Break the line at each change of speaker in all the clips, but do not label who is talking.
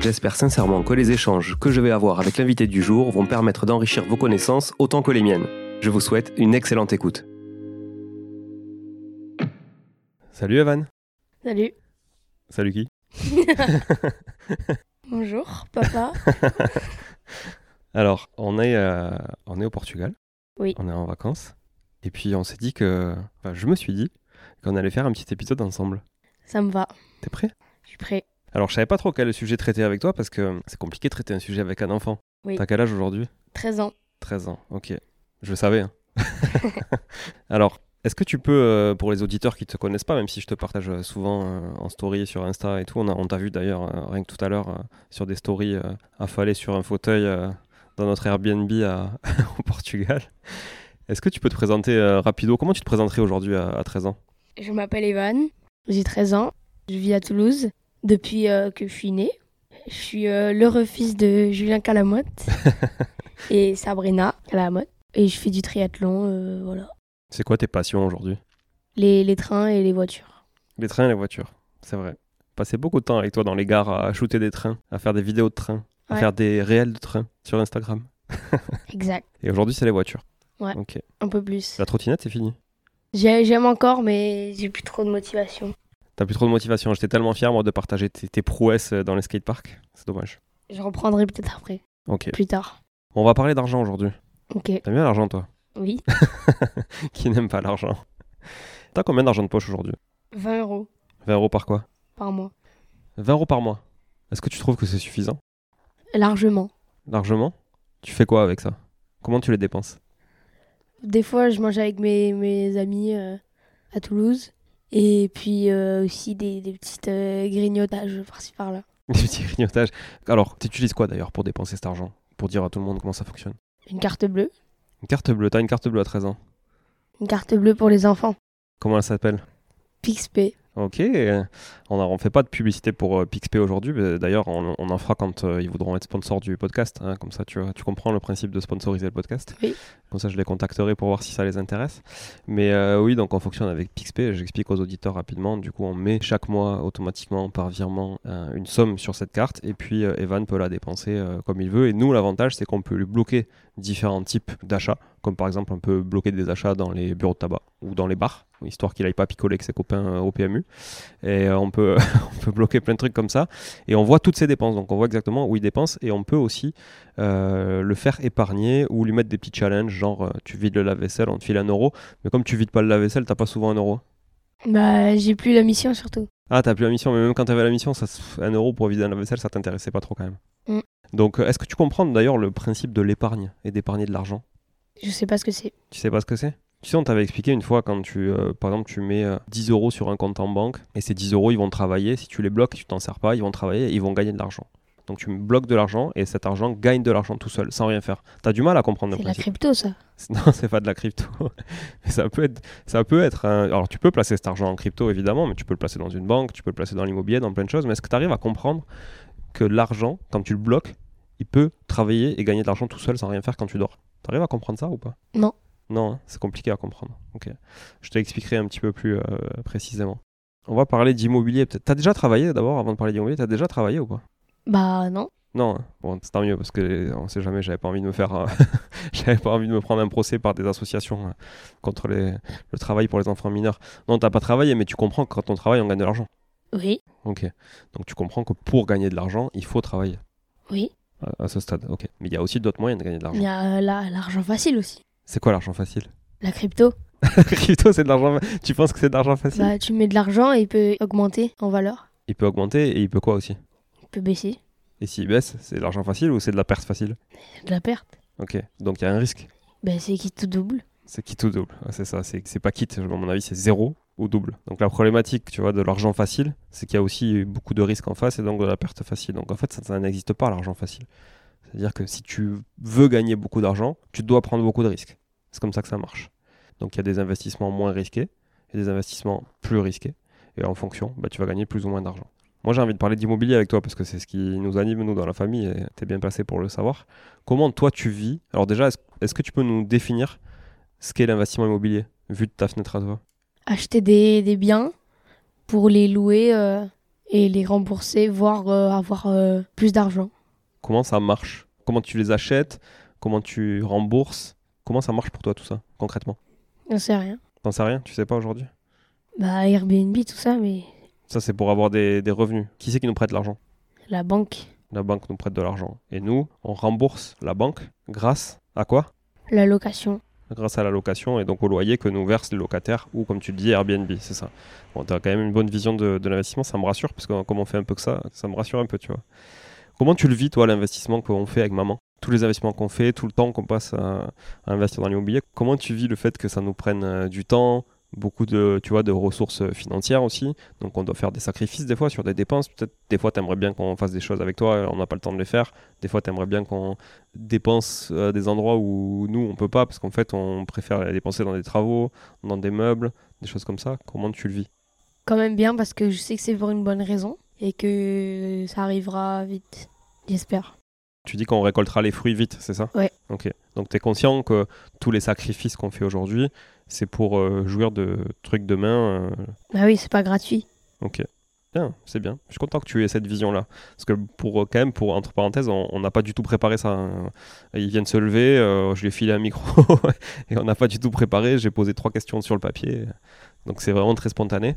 J'espère sincèrement que les échanges que je vais avoir avec l'invité du jour vont permettre d'enrichir vos connaissances autant que les miennes. Je vous souhaite une excellente écoute. Salut Evan.
Salut.
Salut qui
Bonjour, papa.
Alors, on est, euh, on est au Portugal.
Oui.
On est en vacances. Et puis on s'est dit que... Enfin, je me suis dit qu'on allait faire un petit épisode ensemble.
Ça me va.
T'es prêt
Je suis prêt.
Alors, je savais pas trop quel sujet traiter avec toi parce que c'est compliqué de traiter un sujet avec un enfant.
Oui.
T'as quel âge aujourd'hui
13 ans.
13 ans, ok. Je le savais. hein. Alors, est-ce que tu peux, euh, pour les auditeurs qui ne te connaissent pas, même si je te partage euh, souvent euh, en story sur Insta et tout, on, a- on t'a vu d'ailleurs euh, rien que tout à l'heure euh, sur des stories euh, affalé sur un fauteuil euh, dans notre Airbnb à- au Portugal. Est-ce que tu peux te présenter euh, rapido Comment tu te présenterais aujourd'hui à, à 13 ans
Je m'appelle Evan. J'ai 13 ans. Je vis à Toulouse depuis euh, que je suis née. Je suis euh, l'heureux fils de Julien Calamotte et Sabrina Calamotte. Et je fais du triathlon, euh, voilà.
C'est quoi tes passions aujourd'hui
Les, les trains et les voitures.
Les trains et les voitures, c'est vrai. Passer beaucoup de temps avec toi dans les gares à shooter des trains, à faire des vidéos de trains, à
Ouais.
faire des réels de trains sur Instagram.
Exact.
Et aujourd'hui, c'est les voitures.
Ouais.
Ok.
Un peu plus.
La trottinette, c'est fini.
J'ai- J'aime encore, mais j'ai plus trop de motivation.
T'as plus trop de motivation. J'étais tellement fier, moi, de partager tes, tes prouesses euh, dans les skateparks. C'est dommage.
Je reprendrai peut-être après,
Ok.
plus tard.
On va parler d'argent aujourd'hui.
Ok.
T'aimes bien l'argent, toi
Oui.
Qui n'aime pas l'argent T'as combien d'argent de poche aujourd'hui
20 euros
20 euros par quoi
par mois.
20 euros par mois. Est-ce que tu trouves que c'est suffisant
Largement.
Largement Tu fais quoi avec ça Comment tu les dépenses
Des fois, je mange avec mes, mes amis euh, à Toulouse. Et puis euh, aussi des, des petites euh, grignotages par-ci par-là.
Des petits grignotages. Alors, t'utilises quoi d'ailleurs pour dépenser cet argent Pour dire à tout le monde comment ça fonctionne
Une carte bleue.
Une carte bleue. T'as une carte bleue à 13 ans.
Une carte bleue pour les enfants.
Comment elle s'appelle
PixP.
Ok, on ne fait pas de publicité pour euh, PixP aujourd'hui, mais d'ailleurs on, on en fera quand euh, ils voudront être sponsors du podcast, hein, comme ça tu, vois, tu comprends le principe de sponsoriser le podcast.
Oui.
Comme ça je les contacterai pour voir si ça les intéresse. Mais euh, oui, donc on fonctionne avec PixP, j'explique aux auditeurs rapidement, du coup on met chaque mois automatiquement par virement euh, une somme sur cette carte, et puis euh, Evan peut la dépenser euh, comme il veut, et nous l'avantage c'est qu'on peut lui bloquer différents types d'achats, comme par exemple on peut bloquer des achats dans les bureaux de tabac ou dans les bars, histoire qu'il aille pas picoler avec ses copains euh, au PMU et euh, on peut, on peut bloquer plein de trucs comme ça et on voit toutes ses dépenses donc on voit exactement où il dépense et on peut aussi euh, le faire épargner ou lui mettre des petits challenges genre euh, tu vides le lave-vaisselle on te file un euro mais comme tu vides pas le lave-vaisselle t'as pas souvent un euro
Bah, j'ai plus la mission surtout.
ah t'as plus la mission mais même quand t'avais la mission ça, se- un euro pour vider un lave-vaisselle ça t'intéressait pas trop quand même
Mm.
donc euh, est-ce que tu comprends d'ailleurs le principe de l'épargne et d'épargner de l'argent
Je sais pas ce que c'est.
tu sais pas ce que c'est Tu sais, on t'avait expliqué une fois quand tu, euh, par exemple, tu mets euh, 10 euros sur un compte en banque et ces 10 euros, ils vont travailler. Si tu les bloques, tu t'en sers pas, ils vont travailler et ils vont gagner de l'argent. Donc tu bloques de l'argent et cet argent gagne de l'argent tout seul, sans rien faire. T'as du mal à comprendre le
C'est de la
principe.
crypto, ça.
Non, c'est pas de la crypto. Mais ça peut être, ça peut être. un- Alors tu peux placer cet argent en crypto évidemment, mais tu peux le placer dans une banque, tu peux le placer dans l'immobilier, dans plein de choses. Mais est-ce que tu arrives à comprendre que l'argent, quand tu le bloques, il peut travailler et gagner de l'argent tout seul sans rien faire quand tu dors T'arrives à comprendre ça ou pas
Non.
Non, hein, c'est compliqué à comprendre. Ok. Je t'expliquerai un petit peu plus euh, précisément. On va parler d'immobilier peut-être. T'as déjà travaillé d'abord avant de parler d'immobilier T'as déjà travaillé ou pas
Bah, non.
non, hein. bon, c'est tant mieux parce que euh, on sait jamais, j'avais pas envie de me faire, euh, j'avais pas envie de me prendre un procès par des associations euh, contre les- le travail pour les enfants mineurs. Non, t'as pas travaillé, mais tu comprends que quand on travaille, on gagne de l'argent.
Oui.
Ok. Donc tu comprends que pour gagner de l'argent, il faut travailler
Oui.
à- à ce stade. Ok. Mais il y a aussi d'autres moyens de gagner de l'argent.
Il y a euh, la- l'argent facile aussi.
C'est quoi l'argent facile
La crypto.
Crypto, c'est de l'argent. fa- Tu penses que c'est de l'argent facile
Bah, tu mets de l'argent et il peut augmenter en valeur.
Il peut augmenter et il peut quoi aussi
Il peut baisser.
Et s'il baisse, c'est de l'argent facile ou c'est de la perte facile
C'est de la perte.
Ok. Donc il y a un risque.
Bah, c'est qui tout double.
C'est quitte ou double, Ouais, c'est ça, c'est c'est pas quitte, à mon avis c'est zéro ou double. Donc la problématique, tu vois, de l'argent facile, c'est qu'il y a aussi beaucoup de risques en face et donc de la perte facile. Donc en fait, ça, ça n'existe pas l'argent facile. C'est-à-dire que si tu veux gagner beaucoup d'argent, tu dois prendre beaucoup de risques. C'est comme ça que ça marche. Donc il y a des investissements moins risqués et des investissements plus risqués. Et en fonction, bah, tu vas gagner plus ou moins d'argent. Moi, j'ai envie de parler d'immobilier avec toi parce que c'est ce qui nous anime, nous, dans la famille, et tu es bien placé pour le savoir. Comment toi, tu vis Alors, déjà, est-ce est-ce que tu peux nous définir ce qu'est l'investissement immobilier, vu de ta fenêtre à toi
Acheter des, des biens pour les louer euh, et les rembourser, voire euh, avoir euh, plus d'argent.
Comment ça marche Comment tu les achètes Comment tu rembourses Comment ça marche pour toi, tout ça, concrètement
J'en sais rien.
T'en sais rien Tu sais pas aujourd'hui
Bah, Airbnb, tout ça, mais
Ça, c'est pour avoir des, des revenus. Qui c'est qui nous prête l'argent
la banque,
La banque nous prête de l'argent. Et nous, on rembourse la banque grâce à quoi
la location.
grâce à la location et donc au loyer que nous verse le locataire ou comme tu le dis Airbnb, c'est ça. Bon, tu as quand même une bonne vision de, de l'investissement, ça me rassure parce que comme on fait un peu que ça, ça me rassure un peu, tu vois. Comment tu le vis toi l'investissement qu'on fait avec maman Tous les investissements qu'on fait, tout le temps qu'on passe à, à investir dans l'immobilier, comment tu vis le fait que ça nous prenne euh, du temps beaucoup de tu vois de ressources euh, financières aussi donc on doit faire des sacrifices des fois sur des dépenses peut-être des fois t'aimerais bien qu'on fasse des choses avec toi et on n'a pas le temps de les faire des fois t'aimerais bien qu'on dépense à euh, des endroits où nous on peut pas parce qu'en fait on préfère la dépenser dans des travaux, dans des meubles, des choses comme ça. Comment tu le vis
Quand même bien parce que je sais que c'est pour une bonne raison et que ça arrivera vite, j'espère.
Tu dis qu'on récoltera les fruits vite, c'est ça
Ouais.
Ok. Donc tu es conscient que tous les sacrifices qu'on fait aujourd'hui, c'est pour euh, jouir de trucs demain. euh,
Bah oui, c'est pas gratuit.
Ok. Bien, c'est bien. Je suis content que tu aies cette vision-là. Parce que pour euh, quand même, pour entre parenthèses, on on n'a pas du tout préparé ça. hein. Ils viennent se lever, euh, je lui ai filé un micro et on n'a pas du tout préparé. J'ai posé trois questions sur le papier. Donc c'est vraiment très spontané.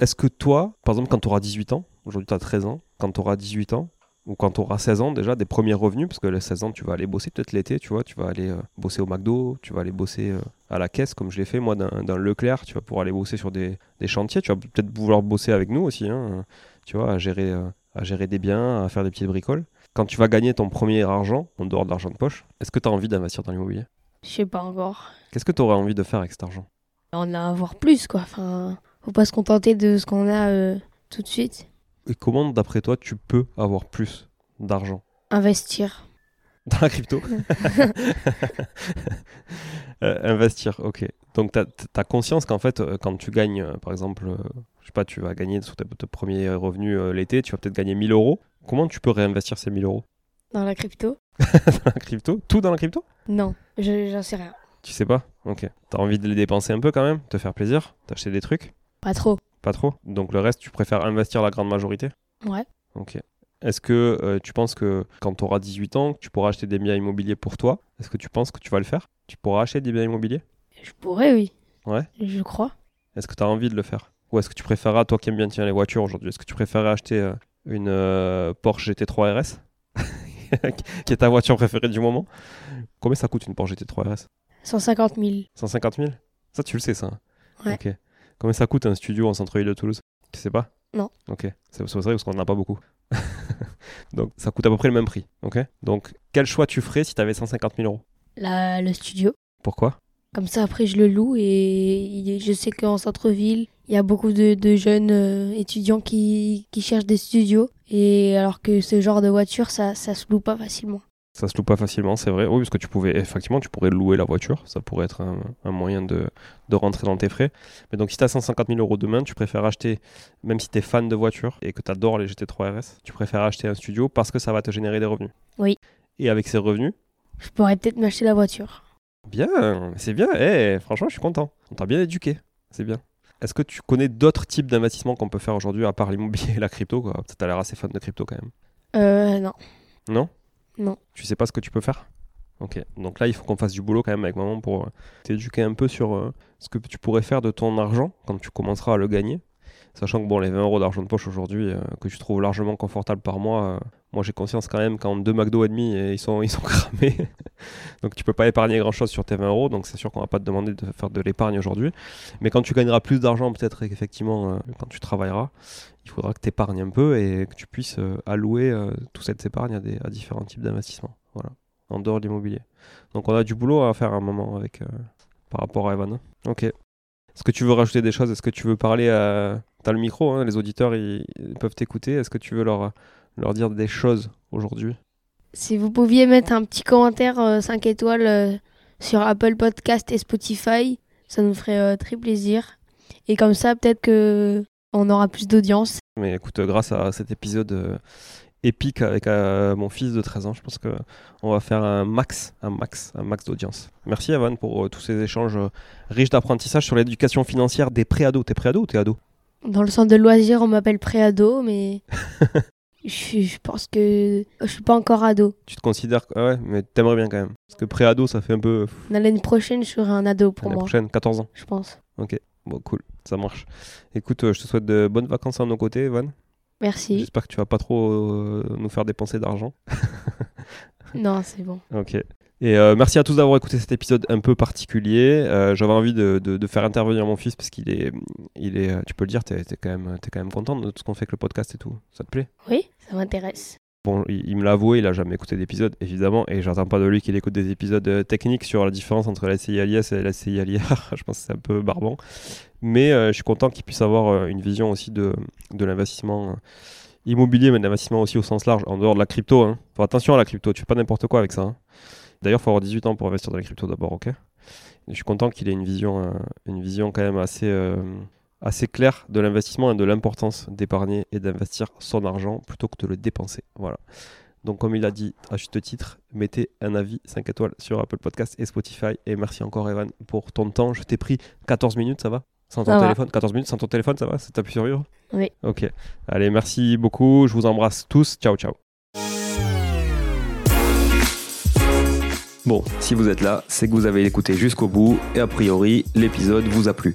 Est-ce que toi, par exemple, quand tu auras 18 ans, aujourd'hui tu as 13 ans, quand tu auras 18 ans, ou quand tu auras 16 ans déjà, des premiers revenus, parce que les 16 ans, tu vas aller bosser peut-être l'été, tu vois, tu vas aller euh, bosser au McDo, tu vas aller bosser euh, à la caisse, comme je l'ai fait moi dans, dans Leclerc, tu vas pouvoir aller bosser sur des, des chantiers, tu vas peut-être vouloir bosser avec nous aussi, hein, tu vois, à gérer, euh, à gérer des biens, à faire des petites bricoles. Quand tu vas gagner ton premier argent, en dehors de l'argent de poche, est-ce que tu as envie d'investir dans l'immobilier
Je sais pas encore.
Qu'est-ce que tu aurais envie de faire avec cet argent
On a à avoir plus quoi. Enfin, faut pas se contenter de ce qu'on a euh, tout de suite.
Et comment, d'après toi, tu peux avoir plus d'argent
Investir.
Dans la crypto Euh, Investir, ok. Donc, tu as, conscience qu'en fait, euh, quand tu gagnes, euh, par exemple, euh, je sais pas, tu vas gagner sur tes, tes premiers revenus euh, l'été, tu vas peut-être gagner 1000 euros. Comment tu peux réinvestir ces 1000 euros
Dans la crypto
dans la crypto Tout dans la crypto
Non, je- j'en sais rien.
Tu sais pas Ok. T'as envie de les dépenser un peu quand même Te faire plaisir T'acheter des trucs
Pas trop.
Pas trop Donc, le reste, tu préfères investir la grande majorité
Ouais.
Ok. Est-ce que euh, tu penses que quand tu auras 18 ans, que tu pourras acheter des biens immobiliers pour toi Est-ce que tu penses que tu vas le faire Tu pourras acheter des biens immobiliers
Je pourrais, oui.
Ouais.
Je crois.
Est-ce que tu as envie de le faire Ou est-ce que tu préféreras, toi qui aimes bien tiens, les voitures aujourd'hui, est-ce que tu préférerais acheter euh, une euh, Porsche GT3 RS Qui est ta voiture préférée du moment Combien ça coûte une Porsche GT3 RS
150 000.
150 000 Ça, tu le sais, ça. hein
Ouais.
Ok. Combien ça coûte un studio en centre-ville de Toulouse Tu sais pas
Non.
Ok. C'est c'est vrai parce qu'on n'en a pas beaucoup. Donc, ça coûte à peu près le même prix. Ok. Donc, quel choix tu ferais si tu avais 150 000 euros
Là, le studio.
Pourquoi
Comme ça, après, je le loue et il- je sais qu'en centre-ville, il y a beaucoup de, de jeunes euh, étudiants qui, qui cherchent des studios. Et alors que ce genre de voiture, ça, ça se loue pas facilement.
Ça se loue pas facilement, c'est vrai. Oui, parce que tu pouvais, effectivement, tu pourrais louer la voiture. Ça pourrait être un, un moyen de, de rentrer dans tes frais. Mais donc, si tu as 150 000 euros demain, tu préfères acheter, même si tu es fan de voiture et que tu adores les GT3 RS, tu préfères acheter un studio parce que ça va te générer des revenus.
Oui.
Et avec ces revenus,
Je pourrais peut-être m'acheter la voiture.
Bien, c'est bien. Eh, franchement, je suis content. On t'a bien éduqué. C'est bien. Est-ce que tu connais d'autres types d'investissements qu'on peut faire aujourd'hui à part l'immobilier et la crypto quoi T'as l'air assez fan de crypto quand même.
Euh, non.
Tu sais pas ce que tu peux faire Ok. Donc là, il faut qu'on fasse du boulot quand même avec maman pour euh, t'éduquer un peu sur euh, ce que tu pourrais faire de ton argent quand tu commenceras à le gagner. Sachant que bon, les 20 euros d'argent de poche aujourd'hui, euh, que tu trouves largement confortable par mois, euh, moi j'ai conscience quand même qu'en deux McDo et demi, euh, ils sont, ils sont cramés. donc tu peux pas épargner grand chose sur tes 20 euros, donc c'est sûr qu'on va pas te demander de faire de l'épargne aujourd'hui. Mais quand tu gagneras plus d'argent, peut-être effectivement, euh, quand tu travailleras, il faudra que tu épargnes un peu et que tu puisses euh, allouer euh, toute cette épargne à, des, à différents types d'investissements. Voilà, en dehors de l'immobilier. Donc on a du boulot à faire à un moment avec, euh, par rapport à Evan. hein. Ok. Est-ce que tu veux rajouter des choses Est-ce que tu veux parler à... T'as le micro, hein, les auditeurs ils, ils peuvent t'écouter. Est-ce que tu veux leur, leur dire des choses aujourd'hui
Si vous pouviez mettre un petit commentaire euh, 5 étoiles euh, sur Apple Podcast et Spotify, ça nous ferait euh, très plaisir. Et comme ça, peut-être que on aura plus d'audience.
Mais écoute, euh, grâce à cet épisode euh, épique avec euh, mon fils de 13 ans, je pense que on va faire un max, un max, un max d'audience. Merci Evan pour euh, tous ces échanges euh, riches d'apprentissage sur l'éducation financière des pré-ados. T'es pré-ado ou t'es ado
Dans le centre de loisirs, on m'appelle pré-ado, mais je, suis- je pense que je suis pas encore ado.
Tu te considères ah ouais, mais t'aimerais bien quand même. Parce que pré-ado, ça fait un peu euh, pff,
L'année prochaine, je serai un ado pour
l'année
moi,
prochaine, 14 ans.
je pense.
Bon, cool, ça marche. Écoute, euh, je te souhaite de bonnes vacances à nos côtés, Evan.
Merci.
J'espère que tu vas pas trop euh, nous faire dépenser d'argent.
Non, c'est bon.
Ok. Et euh, merci à tous d'avoir écouté cet épisode un peu particulier. Euh, J'avais envie de, de- de faire intervenir mon fils parce qu'il est, il est, euh, tu peux le dire, t'es es quand même, t'es quand même content de tout ce qu'on fait avec le podcast et tout. Ça te plaît
Oui, ça m'intéresse.
Bon, il, il me l'a avoué, il a jamais écouté d'épisode, évidemment, et j'attends pas de lui qu'il écoute des épisodes euh, techniques sur la différence entre la SCI alias et la SCI aliar. je pense que c'est un peu barbant. Mais euh, je suis content qu'il puisse avoir euh, une vision aussi de, de l'investissement euh, immobilier, mais de l'investissement aussi au sens large, en dehors de la crypto. Hein. Faut attention à la crypto, tu fais pas n'importe quoi avec ça. hein. D'ailleurs, faut avoir 18 ans pour investir dans la crypto d'abord, ok Et Je suis content qu'il ait une vision, euh, une vision quand même assez. euh, assez claire de l'investissement et de l'importance d'épargner et d'investir son argent plutôt que de le dépenser. Voilà. Donc, comme il a dit à juste titre, mettez un avis 5 étoiles sur Apple Podcast et Spotify. Et merci encore, Evan, pour ton temps. Je t'ai pris 14 minutes, ça va Sans ton
Ça va.
téléphone 14 minutes sans ton téléphone, ça va Ça t'a pu survivre
Oui.
Ok. Allez, merci beaucoup. Je vous embrasse tous. Ciao, ciao.
Bon, si vous êtes là, c'est que vous avez écouté jusqu'au bout et a priori, l'épisode vous a plu.